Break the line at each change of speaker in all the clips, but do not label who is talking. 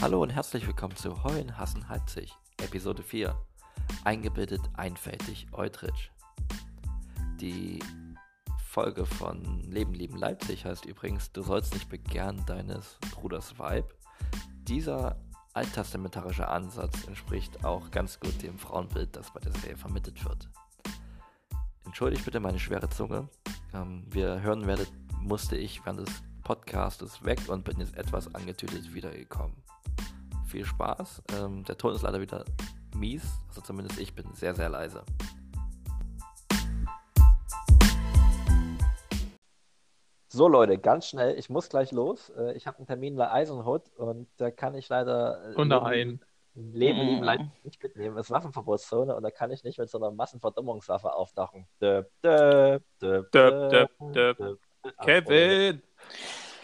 Hallo und herzlich willkommen zu Heulen Hassen Halbzig, Episode 4. Eingebildet, einfältig, Eutrich. Die Folge von Leben, Lieben Leipzig heißt übrigens, du sollst nicht begehren deines Bruders Weib. Dieser alttestamentarische Ansatz entspricht auch ganz gut dem Frauenbild, das bei der Serie vermittelt wird. Entschuldigt bitte meine schwere Zunge. Ähm, wie ihr hören werdet, musste ich während des Podcastes weg und bin jetzt etwas angetütet wiedergekommen. Viel Spaß. Ähm, der Ton ist leider wieder mies. Also zumindest ich bin sehr, sehr leise. So Leute, ganz schnell. Ich muss gleich los. Äh, Ich habe einen Termin bei Eisenhut und da kann ich leider äh,
Oh
Leben-
nein.
Leben, lieben
Mhm.
Leid nicht mitnehmen. Es ist Waffenverbotszone und da kann ich nicht mit so einer Massenverdummungswaffe auftauchen. Döp, döp, döp, Also,
Döp, döp, döp.
Ach,
Kevin!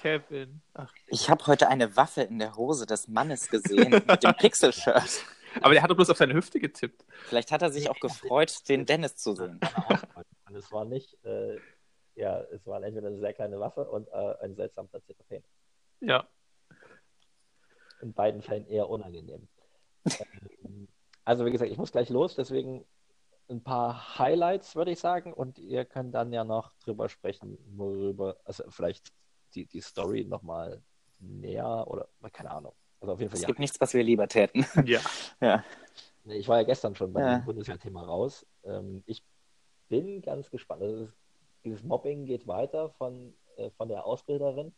Kevin. Ach.
Ich habe heute eine Waffe in der Hose des Mannes gesehen mit dem Pixel-Shirt.
Aber der hat doch bloß auf seine Hüfte getippt.
Vielleicht hat er sich auch gefreut, den Dennis zu sehen.
Oh Und es war nicht, äh, ja, es waren entweder eine sehr kleine Waffe und äh, ein seltsam platzierter Penis.
Ja.
In beiden Fällen eher unangenehm. Ähm, also wie gesagt, ich muss gleich los, deswegen ein paar Highlights, würde ich sagen, und ihr könnt dann ja noch drüber sprechen, worüber, also vielleicht die, die Story nochmal näher oder keine Ahnung. Also auf jeden Fall
Es
ja.
gibt nichts, was wir lieber täten.
Ja.
Ja.
Nee, Ich war ja gestern schon beim
Ja.
Bundeswehr-Thema raus. Ähm, ich bin ganz gespannt. Also das, dieses Mobbing geht weiter von, äh, von der Ausbilderin.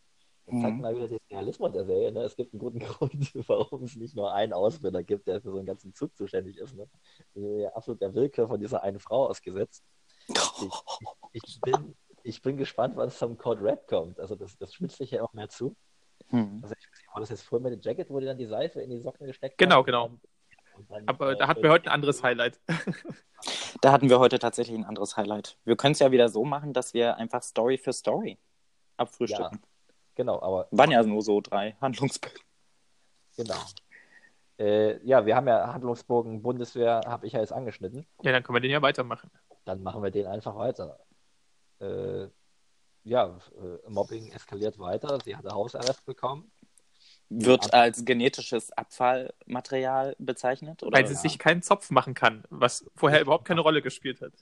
Das zeigt
Mhm.
mal wieder den Realismus der Serie. Ne? Es gibt einen guten Grund, warum es nicht nur einen Ausbilder gibt, der für so einen ganzen Zug zuständig ist. Ne? Wir sind ja absolut der Willkür von dieser einen Frau ausgesetzt. Ich bin, ich bin gespannt, wann es zum Code Red kommt. Also das, das spitzt sich ja auch mehr zu.
Hm.
Also ich weiß nicht, war das jetzt Full Metal Jacket, wo die dann die Seife in die Socken gesteckt
Genau,
haben?
genau.
Und dann,
Aber
äh,
da hatten wir heute ein anderes Highlight.
Da hatten wir heute tatsächlich ein anderes Highlight. Wir können es ja wieder so machen, dass wir einfach Story für Story abfrühstücken.
Genau, aber
Waren ja nur so drei Handlungsbilder.
Genau. Äh, ja, wir haben ja Handlungsbogen Bundeswehr, habe ich ja jetzt angeschnitten.
Ja, dann können wir den ja weitermachen.
Dann machen wir den einfach weiter. Äh, ja, äh, Mobbing eskaliert weiter. Sie hatte Hausarrest bekommen.
Wird als genetisches Abfallmaterial bezeichnet? Oder?
Weil sie sich keinen Zopf machen kann, was vorher überhaupt keine Rolle gespielt hat.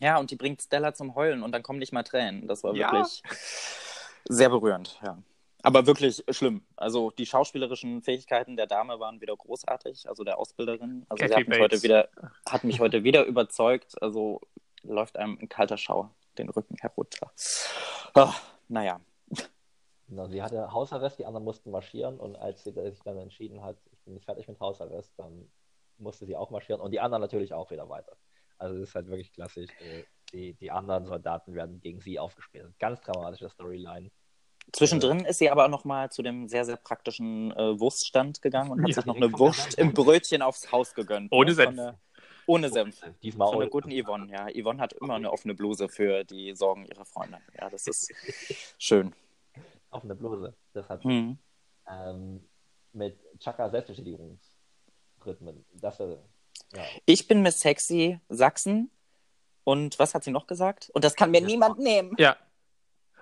Ja, und die bringt Stella zum Heulen und dann kommen nicht mal Tränen. Das war
Ja.
wirklich sehr berührend, ja. Aber wirklich schlimm. Also die schauspielerischen Fähigkeiten der Dame waren wieder großartig, also der Ausbilderin. Also sie
Kathy
hat mich,
Bates.
heute wieder, hat mich heute wieder überzeugt. Also läuft einem ein kalter Schauer den Rücken herunter. Ah, naja.
Genau, sie hatte Hausarrest, die anderen mussten marschieren. Und als sie sich dann entschieden hat, ich bin nicht fertig mit Hausarrest, dann musste sie auch marschieren. Und die anderen natürlich auch wieder weiter. Also es ist halt wirklich klassisch. Äh, die, die anderen Soldaten werden gegen sie aufgespielt. Ganz dramatische Storyline.
Zwischendrin ist sie aber auch noch mal zu dem sehr, sehr praktischen äh, Wurststand gegangen und hat
Ja,
sich noch
direkt
eine
vom
Wurst im Brötchen aufs Haus gegönnt.
Ohne
Ne?
Senf.
Von der- Ohne Senf.
äh, Diesmal
Von
ohne
der guten Yvonne, ja. Yvonne hat immer eine offene Bluse für die Sorgen ihrer Freunde. Ja, das ist schön.
auf eine Bluse. Das hat
Hm.
ähm, mit Chaka Selbstbeschädigungsrhythmen. Das äh, ja.
Ich bin Miss Sexy Sachsen. Und was hat sie noch gesagt? Und das kann mir
Ja.
niemand nehmen.
Ja.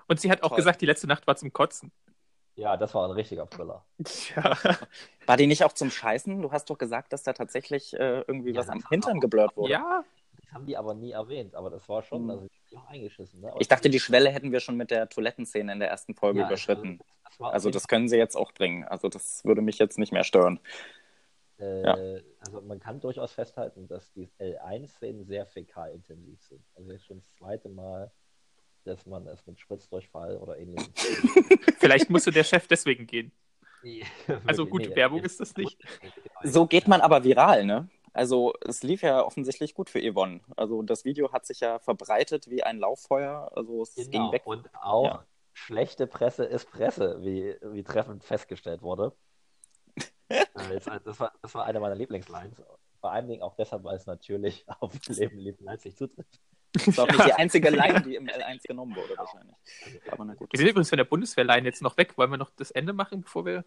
Und sie hat auch
Toll.
gesagt, die letzte Nacht war zum Kotzen.
ja, das war ein richtiger Thriller.
Tja.
War die nicht auch zum Scheißen? Du hast doch gesagt, dass da tatsächlich äh, irgendwie
Ja,
was
das
am
war
Hintern
auch-
geblurrt wurde.
Ja.
Das haben die aber nie erwähnt, aber das war schon,
Hm.
also ich bin auch eingeschissen. Ne? Aber
Ich dachte, die Schwelle hätten wir schon mit der Toilettenszene in der ersten Folge
Ja,
überschritten.
das war auf
Also
jeden
das können sie jetzt auch bringen. Also das würde mich jetzt nicht mehr stören.
Fall,
ja.
äh, Also man kann durchaus festhalten, dass die L1-Szenen sehr fäkalintensiv sind. Also jetzt schon das zweite Mal, dass man es mit Spritzdurchfall oder ähnlichem.
Vielleicht musste der Chef deswegen gehen.
Nee,
Also
wirklich,
gute
nee,
Werbung
jetzt-
ist das nicht.
So geht man aber viral, ne? Also es lief ja offensichtlich gut für Yvonne. Also das Video hat sich ja verbreitet wie ein Lauffeuer. Also es
Genau.
ging weg.
Und auch
Ja.
schlechte Presse ist Presse, wie, wie treffend festgestellt wurde. Äh, das, das, war, das war eine meiner Lieblingslines. Vor allen Dingen auch deshalb, weil es natürlich auf Leben, Leben Leipzig zutrifft.
Das war auch nicht die einzige Line, die im L1 genommen wurde wahrscheinlich. Aber na gut.
Wir sind übrigens von der Bundeswehrline jetzt noch weg. Wollen wir noch das Ende machen, bevor wir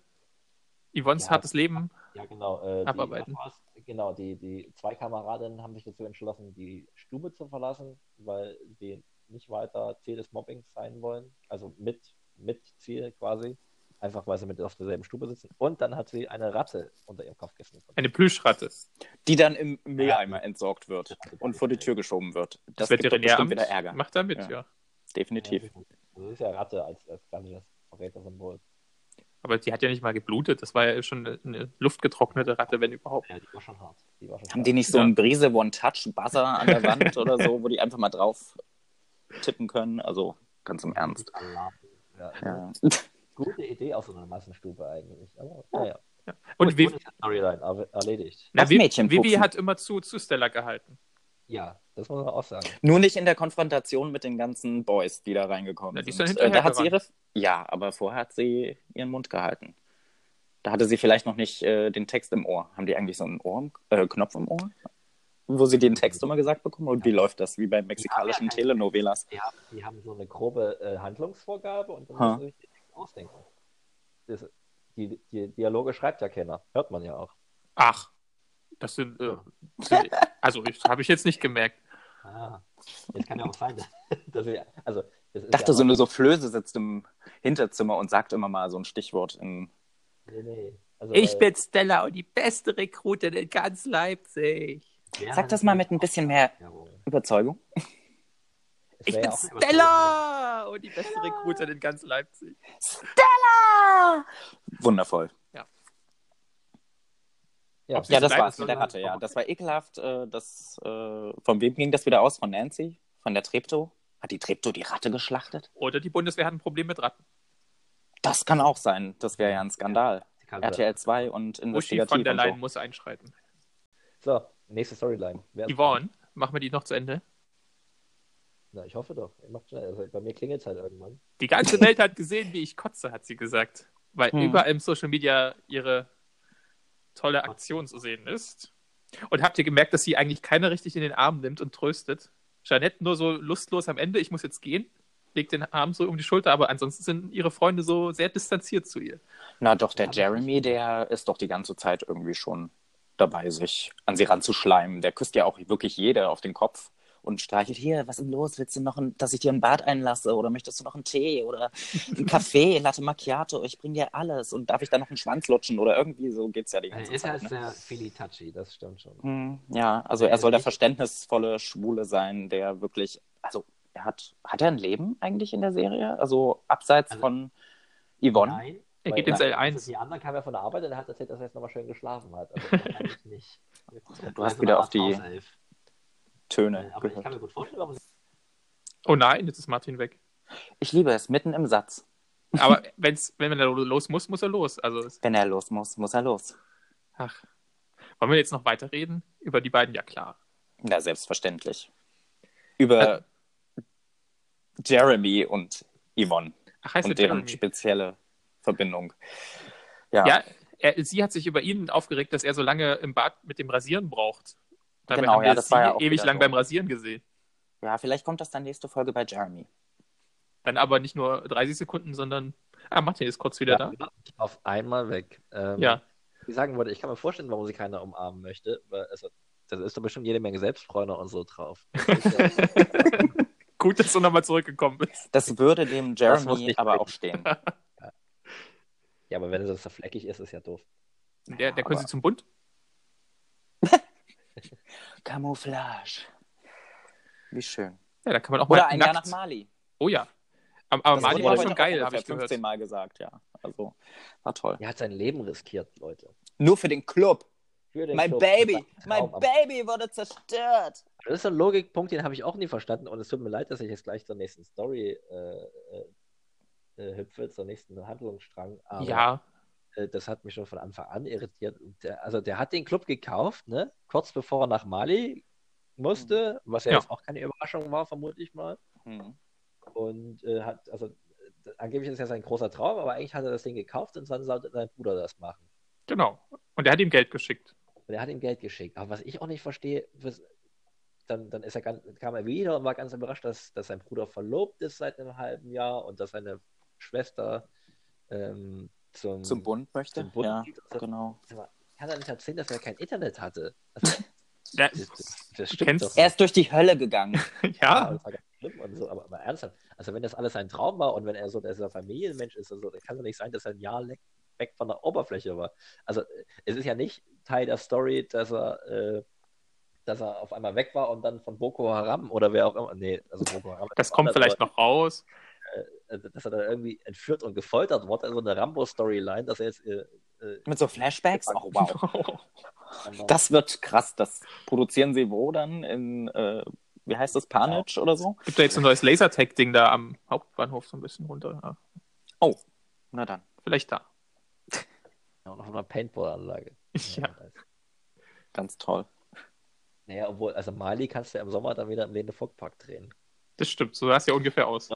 Yvonnes
Ja.
hartes Leben.
Ja, genau. Äh,
Abarbeiten.
Die, Abbas- genau, die, die zwei Kameradinnen haben sich dazu entschlossen, die Stube zu verlassen, weil sie nicht weiter Ziel des Mobbings sein wollen. Also mit, mit Ziel quasi. einfach weil sie mit auf derselben Stube sitzen. Und dann hat sie eine Ratte unter ihrem Kopfkissen gefunden.
Eine Plüschratte.
Die dann im Mülleimer entsorgt wird und vor die Tür geschoben wird.
Das,
Das, wird gibt doch bestimmt
Veterinäramt
wieder Ärger.
macht damit, ja.
Ja. Definitiv.
Das ist ja Ratte als, als klassisches Verrätersymbol.
Aber die hat ja nicht mal geblutet. Das war ja schon eine, eine luftgetrocknete Ratte, wenn überhaupt.
Ja, die war schon hart. Die war schon
Haben
hart.
die nicht so
Ja.
einen Brise One-Touch-Buzzer an der Wand oder so, wo die einfach mal drauf tippen können? Also ganz im Ernst.
Alarm. Ja,
Ja.
Gute Idee aus so einer Massenstube eigentlich. Aber naja.
Und Vivi,
Gute Storyline erw- erledigt.
na,
Das
Vivi,
Mädchen
Vivi
pupsen.
hat immer zu, zu Stella gehalten.
Ja, das muss man auch sagen.
Nur nicht in der Konfrontation mit den ganzen Boys, die da reingekommen
Na, die ist
sind.
doch
Äh, da
hinterher
hat sie ihre. Ja, aber vorher hat sie ihren Mund gehalten. Da hatte sie vielleicht noch nicht äh, den Text im Ohr. Haben die eigentlich so einen Ohr, äh, Knopf im Ohr? Wo sie den Text immer gesagt bekommen? Und wie läuft das? Wie bei mexikanischen
Ja, ja.
Telenovelas.
Die haben, die haben so eine grobe äh, Handlungsvorgabe und dann
Ha.
müssen sie sich den Text ausdenken. Das, die, die Dialoge schreibt ja keiner. Hört man ja auch.
Ach, das sind. Äh, also, ich, habe ich jetzt nicht gemerkt.
Ah, jetzt kann ja auch sein, dass, dass wir, also, das ist
Ich dachte,
ja
so eine Soufflöse sitzt im Hinterzimmer und sagt immer mal so ein Stichwort in.
Nee, nee. Also, äh,
Stella und die beste Rekrutin in ganz Leipzig.
wer
Sag
hat
das
denn
mal
die
mit ein bisschen mehr
Aufklärung?
Überzeugung.
Es wär ja auch immer so
und die beste Rekrutin in ganz Leipzig.
Stella! Wundervoll.
gewesen. Ja,
Ob sie-
Ja,
Dieses
das
Leid
war's
ist
mit der
dann-
Ratte, ja. Das war ekelhaft. äh, Das, äh, von wem ging das wieder aus? Von Nancy? Von der Treptow? Hat die Treptow die Ratte geschlachtet?
Oder die Bundeswehr hat ein Problem mit Ratten.
Das kann auch sein. Das wäre ja ein Skandal.
sie kann das.
RTL 2 und
Also Uschi
Investigativ
von der
und so.
Leyen muss einschreiten.
So, nächste Storyline. Wer-
Yvonne, machen wir die noch zu Ende?
Na, ich hoffe doch. Ihr macht schnell. Also, bei mir klingelt es halt irgendwann.
Die ganze Welt hat gesehen, wie ich kotze, hat sie gesagt. Weil
Hm.
überall im Social Media ihre tolle Aktion zu sehen ist. Und habt ihr gemerkt, dass sie eigentlich keiner richtig in den Arm nimmt und tröstet? Jeanette nur so lustlos am Ende, ich muss jetzt gehen, legt den Arm so um die Schulter, aber ansonsten sind ihre Freunde so sehr distanziert zu ihr.
Na doch, der Jeremy, der ist doch die ganze Zeit irgendwie schon dabei, sich an sie ranzuschleimen. Der küsst ja auch wirklich jede auf den Kopf und streichelt hier, was ist denn los? Willst du noch, ein, dass ich dir ein Bad einlasse? Oder möchtest du noch einen Tee oder einen Kaffee, Latte Macchiato? Ich bring dir alles. Und darf ich dann noch einen Schwanz lutschen? Oder irgendwie so geht's ja die
Er
ganze
Äh, Also ist ja
Zeit.
sehr
Ne?
fili-touchy, das stimmt schon.
Hm, Ja, also er soll der verständnisvolle Schwule sein, der wirklich, also er hat, hat er ein Leben eigentlich in der Serie? Also abseits
Also-
von Yvonne?
Nein.
Er
weil-
geht ins
nein,
L1.
Die anderen kamen ja von der Arbeit und er hat erzählt, dass er jetzt nochmal schön geschlafen hat. Also, eigentlich nicht.
Du hast wieder auf die
Hauself.
Töne
Aber Also ich
gehört.
kann mir gut vorstellen, warum sie
Oh nein, jetzt ist Martin weg.
Ich liebe es, mitten im Satz.
Aber wenn's, wenn man da los muss, muss er los. Also, es-
Wenn er los muss, muss er los.
ach. Wollen wir jetzt noch weiterreden? Über die beiden, ja klar. Äh,
Na, selbstverständlich. Über Jeremy und Yvonne
Ach, heißt
und
er
deren
Jeremy?
spezielle Verbindung. Ja,
Ja, er, sie hat sich über ihn aufgeregt, dass er so lange im Bad mit dem Rasieren braucht. Dabei
Genau,
haben wir
ja, das war ja
sie
auch
ewig
wieder
lang
so.
beim Rasieren gesehen.
ja, vielleicht kommt das dann nächste Folge bei Jeremy.
Dann aber nicht nur 30 Sekunden, sondern. Ah, Martin ist kurz wieder
Ja,
da.
auf einmal weg. Ähm,
Ja.
Wie ich sagen wollte, ich kann mir vorstellen, warum sie keiner umarmen möchte. Weil es, da ist doch bestimmt jede Menge Selbstfreunde und so drauf. Das ist ja-
Gut, dass du nochmal zurückgekommen bist.
Das würde dem
Das muss
Jeremy
nicht
aber
sein.
auch stehen.
ja, aber wenn es so fleckig ist, ist ja doof.
Der, der
aber-
können sie zum Bund.
Camouflage. Wie schön.
Ja, da kann man auch
Oder
mal
ein Jahr
nackt.
nach Mali.
oh ja. Aber, aber
Das
Mali
wurde
war
heute
schon
auch
geil,
ungefähr
habe ich gehört.
15 Mal gesagt, ja. Also, war toll.
Er hat sein Leben riskiert, Leute.
Nur für den Club.
Für den
Mein
Club.
Baby.
Das war ein
Mein
Traum.
Baby wurde zerstört.
Das ist ein Logikpunkt, den habe ich auch nie verstanden. Und es tut mir leid, dass ich jetzt gleich zur nächsten Story äh, äh, hüpfe, zur nächsten Handlungsstrang. Aber
Ja,
äh, das hat mich schon von Anfang an irritiert. Und der, also der hat den Club gekauft, ne? kurz bevor er nach Mali musste, was ja,
Mhm. Ja.
jetzt auch keine Überraschung war, vermute ich mal.
Hm.
Und äh, hat, also äh, angeblich ist das ein großer Traum, aber eigentlich hat er das Ding gekauft und dann sollte sein Bruder das machen.
genau. Und er hat ihm Geld geschickt.
Und er hat ihm Geld geschickt. Aber was ich auch nicht verstehe, was, dann, dann ist er ganz, kam er wieder und war ganz überrascht, dass, dass sein Bruder verlobt ist seit einem halben Jahr und dass seine Schwester ähm, zum,
Zum Bund möchte.
zum Bund
ja,
geht. Also,
genau.
kann er nicht erzählen, dass er kein Internet hatte. Also,
Ja,
das, das
kennst-
stimmt doch.
Er ist durch die Hölle gegangen.
Ja,
ja
das war ganz schlimm und so, aber, aber ernsthaft. Also wenn das alles ein Traum war und wenn er so dieser Familienmensch ist und so, dann kann doch nicht sein, dass er ein Jahr le- weg von der Oberfläche war. Also äh, es ist ja nicht Teil der Story, dass er, äh, dass er auf einmal weg war und dann von Boko Haram oder wer auch immer. Nee, also Boko Haram.
Das kommt vielleicht noch raus.
Äh, dass er dann irgendwie entführt und gefoltert wurde, also eine Rambo-Storyline, dass er jetzt. Äh, äh,
Mit so Flashbacks? Oh, wow.
einmal-
Das wird krass. Das produzieren sie wo dann? In, äh, wie heißt das? Panitsch oder so?
Gibt da jetzt ein neues Lasertag-Ding da am Hauptbahnhof so ein bisschen runter? Ja,
Oh, na dann.
vielleicht da.
ja, und noch eine Paintball-Anlage.
Ja.
nice.
Ganz toll.
Naja, obwohl, also Mali kannst du ja im Sommer dann wieder im Lehne Park drehen.
Das stimmt, so sah es ja ungefähr aus.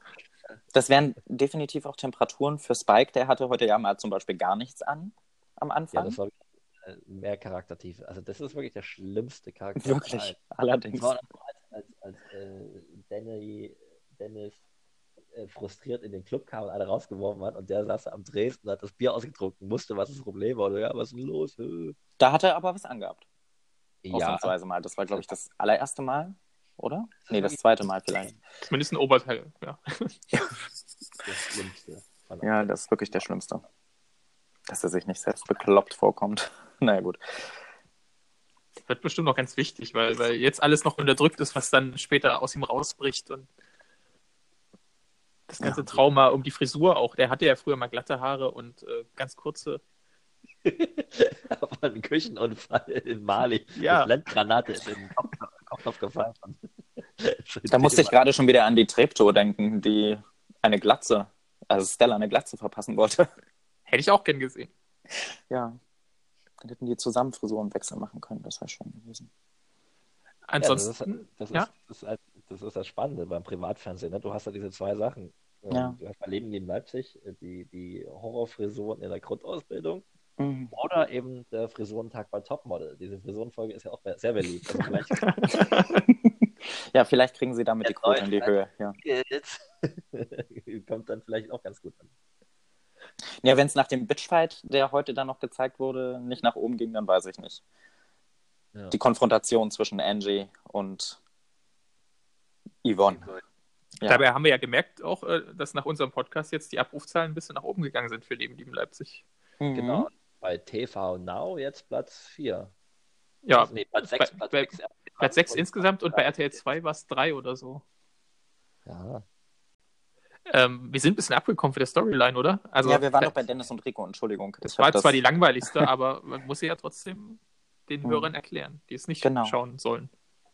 Das wären definitiv auch Temperaturen für Spike. Der hatte heute ja mal zum Beispiel gar nichts an am
Ja,
Anfang.
das war äh, mehr Charaktertiefe. Also das ist wirklich der schlimmste Charakter.
Wirklich,
Ich
allerdings.
war dann so, als, als, als äh, Danny, Dennis äh, frustriert in den Club kam und alle rausgeworfen hat und der saß da am Dresden, hat das Bier ausgetrunken, wusste, was das Problem war. Oder, ja, was ist denn los? Äh.
Da hat er aber was angehabt.
Ja,
Ausnahmsweise mal. Das war, glaube ich, das allererste Mal, oder? Nee, das zweite Mal vielleicht.
Zumindest ein Oberteil. Ja.
das Schlimmste. Von
Ja, das ist wirklich der Schlimmste. Dass er sich nicht selbst bekloppt vorkommt. Naja, gut.
Wird bestimmt noch ganz wichtig, weil, weil jetzt alles noch unterdrückt ist, was dann später aus ihm rausbricht und das ganze Trauma um die Frisur auch. Der hatte ja früher mal glatte Haare und äh, ganz kurze.
Von einem Küchenunfall in Mali.
Ja.
Eine Blendgranate ist in den Kopf, Kopf gefallen.
Da musste ich gerade schon wieder an die Treptow denken, die eine Glatze, also Stella eine Glatze verpassen wollte.
Hätte ich auch gern gesehen.
Ja. Dann hätten die zusammen Frisurenwechsel machen können. Das wäre schön gewesen.
Ja, das ist-
Ansonsten,
das, ist,
ja.
das, ist, halt- das ist das Spannende beim Privatfernsehen. Ne? Du hast ja diese zwei Sachen. Ähm,
Ja.
Du hast bei Leben neben Leipzig äh, die, die Horrorfrisuren in der Grundausbildung
Mhm.
oder eben der Frisurentag bei Topmodel. Diese Frisurenfolge ist ja auch sehr beliebt. Also vielleicht
Ja, vielleicht kriegen sie damit die
Ja,
Quote in die
Leute,
Höhe. Ja,
Kids kommt dann vielleicht auch ganz gut an.
ja wenn es nach dem Bitchfight, der heute dann noch gezeigt wurde, nicht nach oben ging, dann weiß ich nicht.
Ja.
Die Konfrontation zwischen Angie und Yvonne. Ja.
dabei haben wir ja gemerkt auch, äh, dass nach unserem Podcast jetzt die Abrufzahlen ein bisschen nach oben gegangen sind für Leben, lieben Leipzig.
Mhm.
Genau. Bei TV Now jetzt Platz 4.
Ja,
nee, Platz 6.
bei- bei- Platz 6 insgesamt und bei RTL 2 war es 3 oder so.
Ja.
Ähm, wir sind ein bisschen abgekommen für der Storyline, oder? Also,
ja, wir waren
da-
doch bei Dennis und Rico, Entschuldigung.
Das
Ich hab
war zwar die langweiligste, aber man muss sie ja trotzdem den
Hm.
Hörern erklären, die es nicht
Genau.
schauen sollen.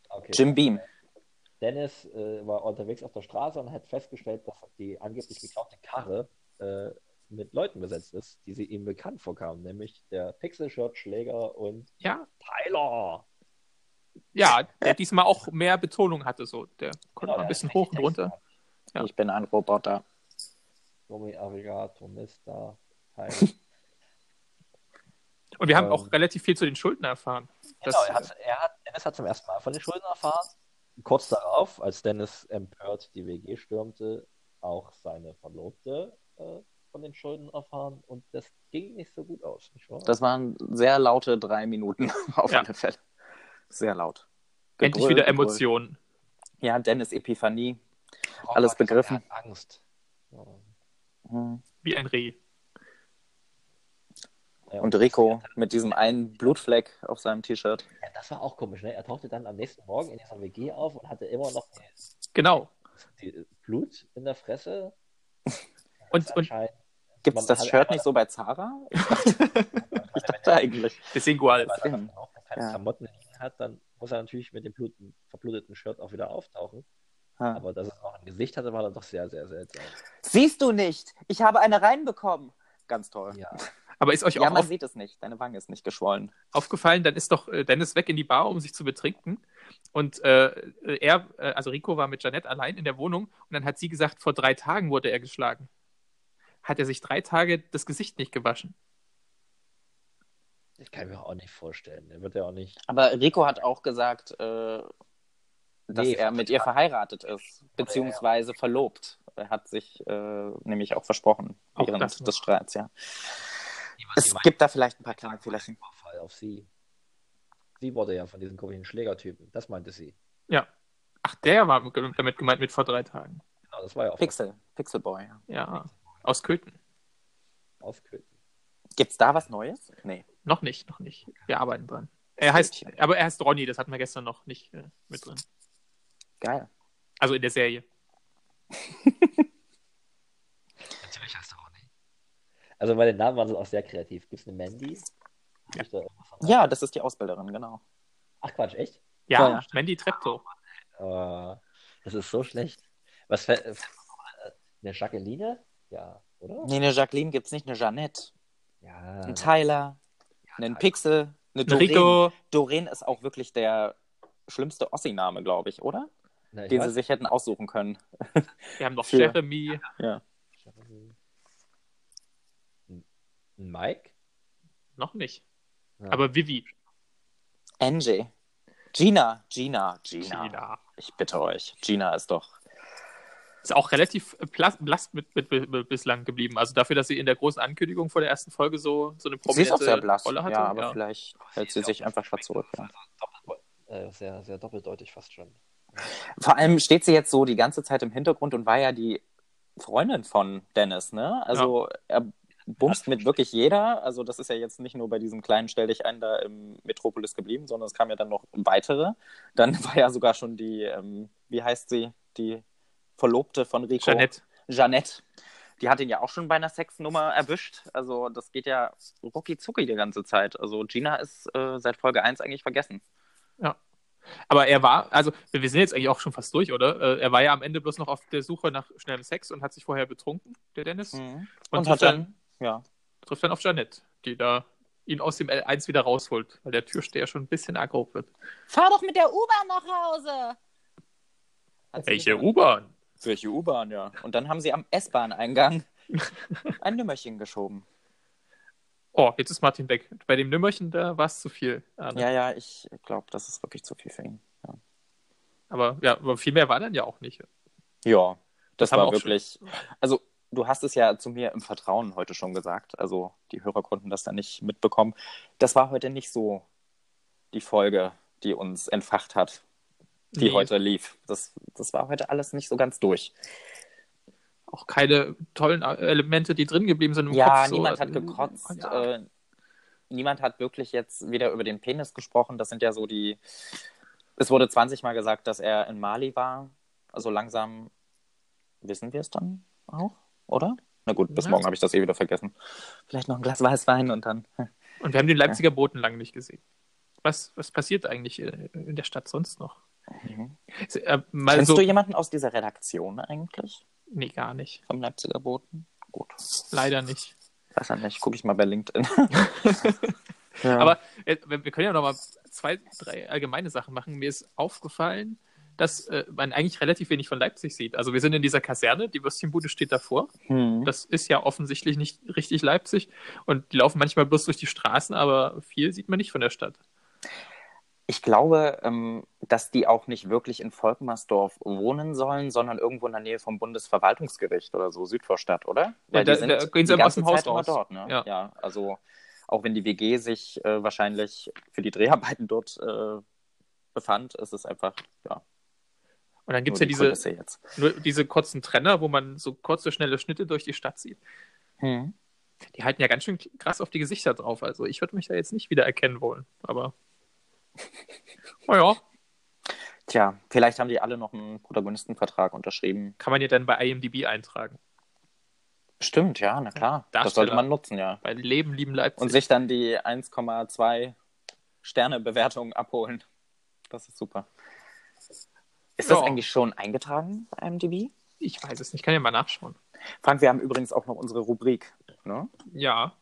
Okay.
Jim Beam.
Dennis äh, war unterwegs auf der Straße und hat festgestellt, dass die angeblich geklaute Karre äh, mit Leuten besetzt ist, die sie ihm bekannt vorkamen, nämlich der Pixel-Shirt-Schläger und
Ja,
Tyler.
ja, der diesmal auch mehr Betonung hatte, so. Der konnte mal
Genau, der
ein bisschen
ist
hoch und
richtig
runter.
Text.
Ja.
Ich bin ein Roboter.
Domi Arigato, Mr. Tyler.
Und wir haben
Ähm.
auch relativ viel zu den Schulden erfahren. Das,
genau, er hat, er hat, Dennis hat zum ersten Mal von den Schulden erfahren. Kurz darauf, als Dennis empört die WG stürmte, auch seine Verlobte äh, von den Schulden erfahren und das ging nicht so gut aus, nicht wahr?
Das waren sehr laute drei Minuten auf
Ja.
alle Fälle. Sehr laut.
endlich
Gebrüll,
wieder
Gebrüll.
Emotionen.
Ja, Dennis Epiphanie.
Oh
alles
Gott,
begriffen.
Er hat Angst. Ja.
Hm.
Wie ein Reh.
Ja,
Und Rico mit diesem einen Blutfleck auf seinem T-Shirt.
Ja, das war auch komisch, ne? Er tauchte dann am nächsten Morgen in dieser WG auf und hatte immer noch
Genau.
die die Blut in der Fresse.
Und, und
anscheinend.
Gibt es
Man
das
hat
Shirt
aber-
nicht so bei Zara? Ich dachte, ich dachte eigentlich.
deswegen Gual.
Stimmt.
Auch wenn er keine
Ja.
Klamotten hat, dann muss er natürlich mit dem bluten, verbluteten Shirt auch wieder auftauchen.
Ha.
Aber dass er auch ein Gesicht hatte, war dann doch sehr, sehr seltsam.
Siehst du nicht? Ich habe eine reinbekommen. Ganz toll.
Ja,
Aber ist euch
Ja,
auch
man
auf,
sieht es nicht. Deine Wange ist nicht geschwollen.
aufgefallen, dann ist doch äh, Dennis weg in die Bar, um sich zu betrinken. Und äh, er, äh, also Rico war mit Janette allein in der Wohnung und dann hat sie gesagt, vor drei Tagen wurde er geschlagen. Hat er sich drei Tage das Gesicht nicht gewaschen.
das kann ich mir auch nicht vorstellen. Er wird ja auch nicht.
Aber Rico hat auch gesagt, äh, dass
Nee,
er mit ihr verheiratet ist, beziehungsweise verlobt. Er hat sich äh, nämlich auch versprochen
Auch
während
das noch.
des Streits, ja.
die
Es
meinen-
gibt da vielleicht ein paar kleine Fehlerchen.
Fall auf sie. Sie wurde ja von diesem komischen Schlägertypen. Das meinte sie.
Ja. Ach, der war damit gemeint mit vor drei Tagen.
Genau, das war ja auf,
Pixel, Pixelboy. ja.
Ja, aus Köthen.
auf Köthen.
Gibt's da was Neues? Nee.
Noch nicht, noch nicht. Wir arbeiten dran. Er heißt,
Mädchen.
aber er heißt Ronny, das hatten wir gestern noch nicht äh, mit drin.
Geil.
Also in der Serie.
Natürlich hast du auch nicht.
Also bei den Namen waren sie auch sehr kreativ. Gibt es eine Mandy? Hab ich da irgendwas verpasst?
Ja, das ist die Ausbilderin, genau.
Ach Quatsch, echt?
Ja,
Ja.
Mandy Treptow.
Oh, das ist so schlecht. Was fällt. äh, Eine Jacqueline? Ja, oder?
Nee, eine Jacqueline gibt's nicht, eine Jeannette,
Ja.
einen Tyler, einen Pixel, eine Doreen.
Rico.
Doreen ist auch wirklich der schlimmste Ossi-Name, glaube ich, oder?
Na, ich
Den
weiß
sie sich hätten aussuchen können.
Wir haben noch
Für-
Jeremy.
nicht. Ein- ein Mike?
Noch nicht.
Ja.
Aber Vivi.
Angie. Gina, Gina, Gina.
Gina.
Ich bitte euch. Gina ist doch.
Ist auch relativ äh, blass, blass mit, mit, mit, bislang geblieben. Also dafür, dass sie in der großen Ankündigung vor der ersten Folge so, so eine
Sie ist auch sehr
prominente
blass.
Oh, Rolle hatte.
ja, aber
Ja. Oh,
vielleicht hält sie sich einfach was zurück. Ja.
Äh, sehr, sehr doppeldeutig fast schon.
Vor allem steht sie jetzt so die ganze Zeit im Hintergrund und war ja die Freundin von Dennis, ne? Also er bumst mit wirklich jeder. Also das ist ja jetzt nicht nur bei diesem kleinen Stell dich ein da im Metropolis geblieben, sondern es kamen ja dann noch weitere. Dann war ja sogar schon die, ähm, wie heißt sie, die Verlobte von Rico.
Jeanette.
Jeanette. Die hat ihn ja auch schon bei einer Sexnummer erwischt. Also das geht ja rucki zucki die ganze Zeit. Also Gina ist äh, seit Folge 1 eigentlich vergessen.
Aber er war, also wir wir sind jetzt eigentlich auch schon fast durch, oder? Äh, Er war ja am Ende bloß noch auf der Suche nach schnellem Sex und hat sich vorher betrunken, der Dennis.
Mhm. Und,
trifft
hat dann, ja,
trifft dann auf Janet, die da ihn aus dem L1 wieder rausholt, weil der Türsteher schon ein bisschen aggro wird.
Fahr doch mit der U-Bahn nach Hause.
hat sie
Welche
gesagt.
U-Bahn?
Welche U-Bahn, ja. Und dann haben sie am S-Bahn-Eingang ein Nümmerchen geschoben.
Oh, jetzt ist Martin weg. Bei dem Nimmerchen da war es zu viel. Arne.
Ja, ne. ja, ich glaube, das ist wirklich zu viel für ihn.
Aber, ja, aber viel mehr war dann ja auch nicht.
Ja, das,
Das haben
war
auch
wirklich. Also, du hast es ja zu mir im Vertrauen heute schon gesagt. Also, die Hörer konnten das dann nicht mitbekommen. Das war heute nicht so die Folge, die uns entfacht hat, die
Nee,
heute lief. Das, das war heute alles nicht so ganz durch.
Auch keine tollen Elemente, die drin geblieben sind im
ja,
Kopf. so.
niemand hat
Also,
gekotzt.
Ja.
Äh, niemand hat wirklich jetzt wieder über den Penis gesprochen. Das sind ja so die. Es wurde 20 Mal gesagt, dass er in Mali war. Also langsam wissen wir es dann auch, oder? Na gut, bis
Ja.
morgen habe ich das eh wieder vergessen. Vielleicht noch ein Glas Weißwein und dann.
Und wir haben den Leipziger Boten lange nicht gesehen. Was, was passiert eigentlich äh, in der Stadt sonst noch?
Mhm.
Äh, mal
Kennst
so,
du jemanden aus dieser Redaktion eigentlich?
nee, gar nicht.
Vom Leipziger Boten? Gut.
Leider nicht.
Weiß ja nicht. Gucke ich mal bei LinkedIn. ja.
Aber äh, wir wir können ja noch mal zwei, drei allgemeine Sachen machen. Mir ist aufgefallen, dass äh, man eigentlich relativ wenig von Leipzig sieht. Also wir sind in dieser Kaserne, die Würstchenbude steht davor.
Hm.
Das ist ja offensichtlich nicht richtig Leipzig. Und die laufen manchmal bloß durch die Straßen, aber viel sieht man nicht von der Stadt.
Ich glaube, ähm, dass die auch nicht wirklich in Volkmarsdorf wohnen sollen, sondern irgendwo in der Nähe vom Bundesverwaltungsgericht oder so, Südvorstadt, oder?
da-
die sind
da gehen sie
die
aber aus
ganze
dem Haus
Zeit immer
raus.
Dort, ne?
Ja.
ja. also auch wenn die WG sich äh, wahrscheinlich für die Dreharbeiten dort äh, befand, ist es einfach, ja,
Und dann gibt es
nur
ja
die
diese,
Kulisse jetzt.
nur diese kurzen Trenner, wo man so kurze, schnelle Schnitte durch die Stadt sieht.
Hm.
Die halten ja ganz schön krass auf die Gesichter drauf. Also ich würde mich da jetzt nicht wieder erkennen wollen. Aber naja,
Tja, vielleicht haben die alle noch einen Protagonistenvertrag unterschrieben.
kann man ja dann bei IMDb eintragen.
Stimmt, ja, na klar.
Darsteller.
Das sollte man nutzen, ja.
Bei Leben, Lieben, Leipzig.
Und sich dann die 1,2 Sterne Bewertung abholen. Das ist super. Ist das
Ja.
eigentlich schon eingetragen bei IMDb?
Ich weiß es nicht, kann ja mal nachschauen.
Frank, wir haben übrigens auch noch unsere Rubrik. Ne?
Ja,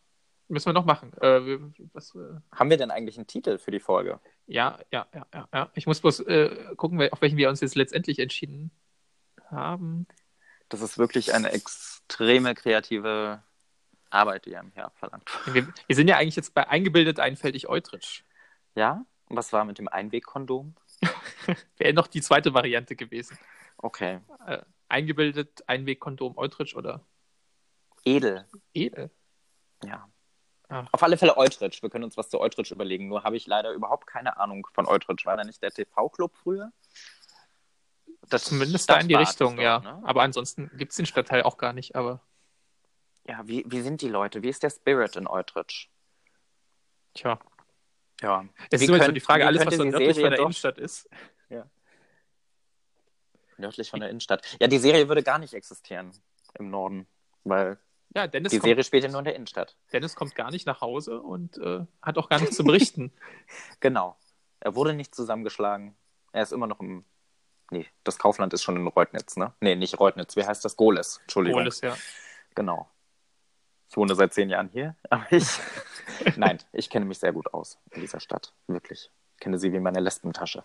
müssen wir noch machen. Äh, wir- was, äh,
Haben wir denn eigentlich einen Titel für die Folge?
ja, ja, ja, ja, ja. Ich muss bloß äh, gucken, wel- auf welchen wir uns jetzt letztendlich entschieden haben.
Das ist wirklich eine extreme kreative Arbeit, die einem hier abverlangt.
Wir, wir sind ja eigentlich jetzt bei eingebildet einfältig Eutrich.
Ja? Und was war mit dem Einwegkondom?
Wäre noch die zweite Variante gewesen.
Okay.
Äh, eingebildet Einwegkondom Eutrich oder
Edel.
Edel.
Ja.
Ah.
Auf alle Fälle Eutrich. Wir können uns was zu Eutrich überlegen. Nur habe ich leider überhaupt keine Ahnung von Eutrich. War da nicht der TV-Club früher? Das
Zumindest da
das
in die
war
Richtung,
das
ja.
dort, ne?
Aber ansonsten gibt es den Stadtteil auch gar nicht, aber
Ja, wie, wie sind die Leute? Wie ist der Spirit in Eutrich?
tja.
Ja.
Es
Wie
ist immer so
könnt-
die Frage,
wie
alles, was
könnte
so
die
nördlich
Serie
von der
doch-
Innenstadt ist.
Nördlich von der Innenstadt. Ja, die Serie würde gar nicht existieren im Norden, weil
Ja, Dennis
die
kommt,
Serie spielt ja nur in der Innenstadt.
Dennis kommt gar nicht nach Hause und äh, hat auch gar nichts zu berichten.
Genau. Er wurde nicht zusammengeschlagen. Er ist immer noch im. Nee, das Kaufland ist schon in Reutnitz, ne? Nee, nicht Reutnitz. Wie heißt das? Goles. Entschuldigung.
Obwohl es ja.
Genau. Ich wohne seit zehn Jahren hier, aber ich. Nein, ich kenne mich sehr gut aus in dieser Stadt. Wirklich. Ich kenne sie wie meine Lesbentasche.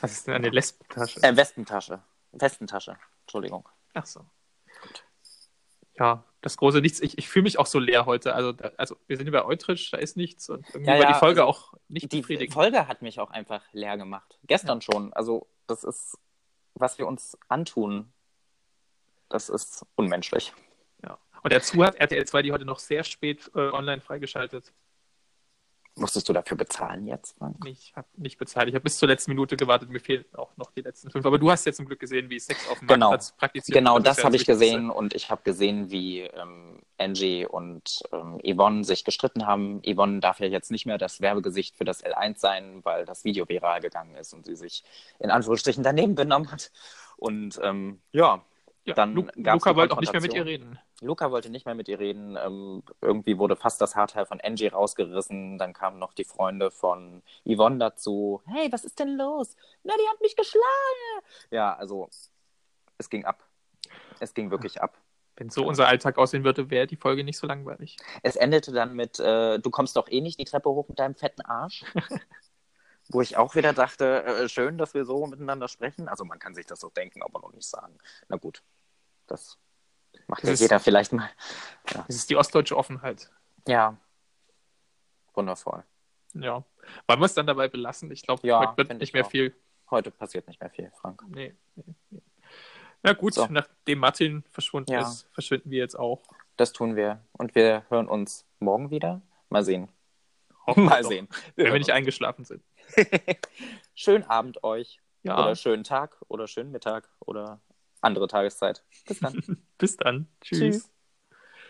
Was ist denn eine Lesbentasche?
Äh, Westentasche. Westentasche. Entschuldigung.
Ach so. Ja, das große Nichts. Ich, ich fühle mich auch so leer heute. Also, da, also wir sind über Eutrich, da ist nichts. Und irgendwie
Ja,
war
ja,
die Folge
also
auch nicht
Die
befriedigend.
Folge hat mich auch einfach leer gemacht. Gestern schon. Also, das ist, was wir uns antun. Das ist unmenschlich.
ja. Und dazu hat RTL 2 die heute noch sehr spät äh, online freigeschaltet.
Musstest du dafür bezahlen jetzt, Frank?
Ich habe nicht bezahlt. Ich habe bis zur letzten Minute gewartet. Mir fehlten auch noch die letzten fünf. Aber du hast ja zum Glück gesehen, wie Sex auf dem
Genau.
Marktplatz praktiziert
Genau,
wird.
das,
ist ja
habe ich
Wichtigste.
gesehen und ich habe gesehen, wie ähm, Angie und ähm, Yvonne sich gestritten haben. Yvonne darf ja jetzt nicht mehr das Werbegesicht für das L1 sein, weil das Video viral gegangen ist und sie sich in Anführungsstrichen daneben benommen hat. Und ähm, ja,
Ja,
Dann
Lu
gab's
Luca
die
wollte auch nicht mehr mit ihr
Konfrontation.
reden.
Luca wollte nicht mehr mit ihr reden. Ähm, irgendwie wurde fast das Haarteil von Angie rausgerissen. Dann kamen noch die Freunde von Yvonne dazu. Hey, was ist denn los? Na, die hat mich geschlagen. Ja, also es ging ab. Es ging wirklich ab.
Wenn so unser Alltag aussehen würde, wäre die Folge nicht so langweilig.
Es endete dann mit, äh, du kommst doch eh nicht die Treppe hoch mit deinem fetten Arsch. Wo ich auch wieder dachte, äh, schön, dass wir so miteinander sprechen. Also man kann sich das doch denken, aber noch nicht sagen. Na gut, das macht
Das
ja
ist-
jeder vielleicht mal.
Das ist die ostdeutsche Offenheit.
Ja, wundervoll.
Ja. Wollen wir es dann dabei belassen? Ich glaube,
Ja,
heute wird
find
nicht
ich
mehr
auch.
viel
Heute passiert nicht mehr viel, Frank.
Nee. nee, nee. Na gut,
So.
nachdem Martin verschwunden
Ja.
ist, verschwinden wir jetzt auch.
Das tun wir. Und wir hören uns morgen wieder. Mal sehen.
Hoffen wir
mal
doch,
sehen.
Wenn wir nicht eingeschlafen sind.
Schönen Abend euch.
Ja,
Oder schönen Tag oder schönen Mittag oder andere Tageszeit. Bis dann.
bis dann. Tschüss.
Tschüss.